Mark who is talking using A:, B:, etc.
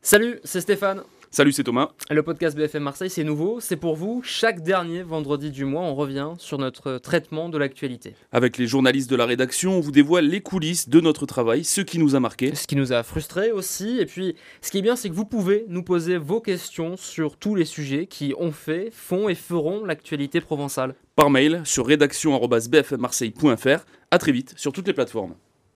A: Salut, c'est Stéphane.
B: Salut, c'est Thomas.
A: Le podcast BFM Marseille, c'est nouveau, c'est pour vous. Chaque dernier vendredi du mois, on revient sur notre traitement de l'actualité.
B: Avec les journalistes de la rédaction, on vous dévoile les coulisses de notre travail, ce qui nous a marqué.
A: Ce qui nous a frustrés aussi. Et puis, ce qui est bien, c'est que vous pouvez nous poser vos questions sur tous les sujets qui ont fait, font et feront l'actualité provençale.
B: Par mail sur rédaction.bfmmarseille.fr. À très vite sur toutes les plateformes.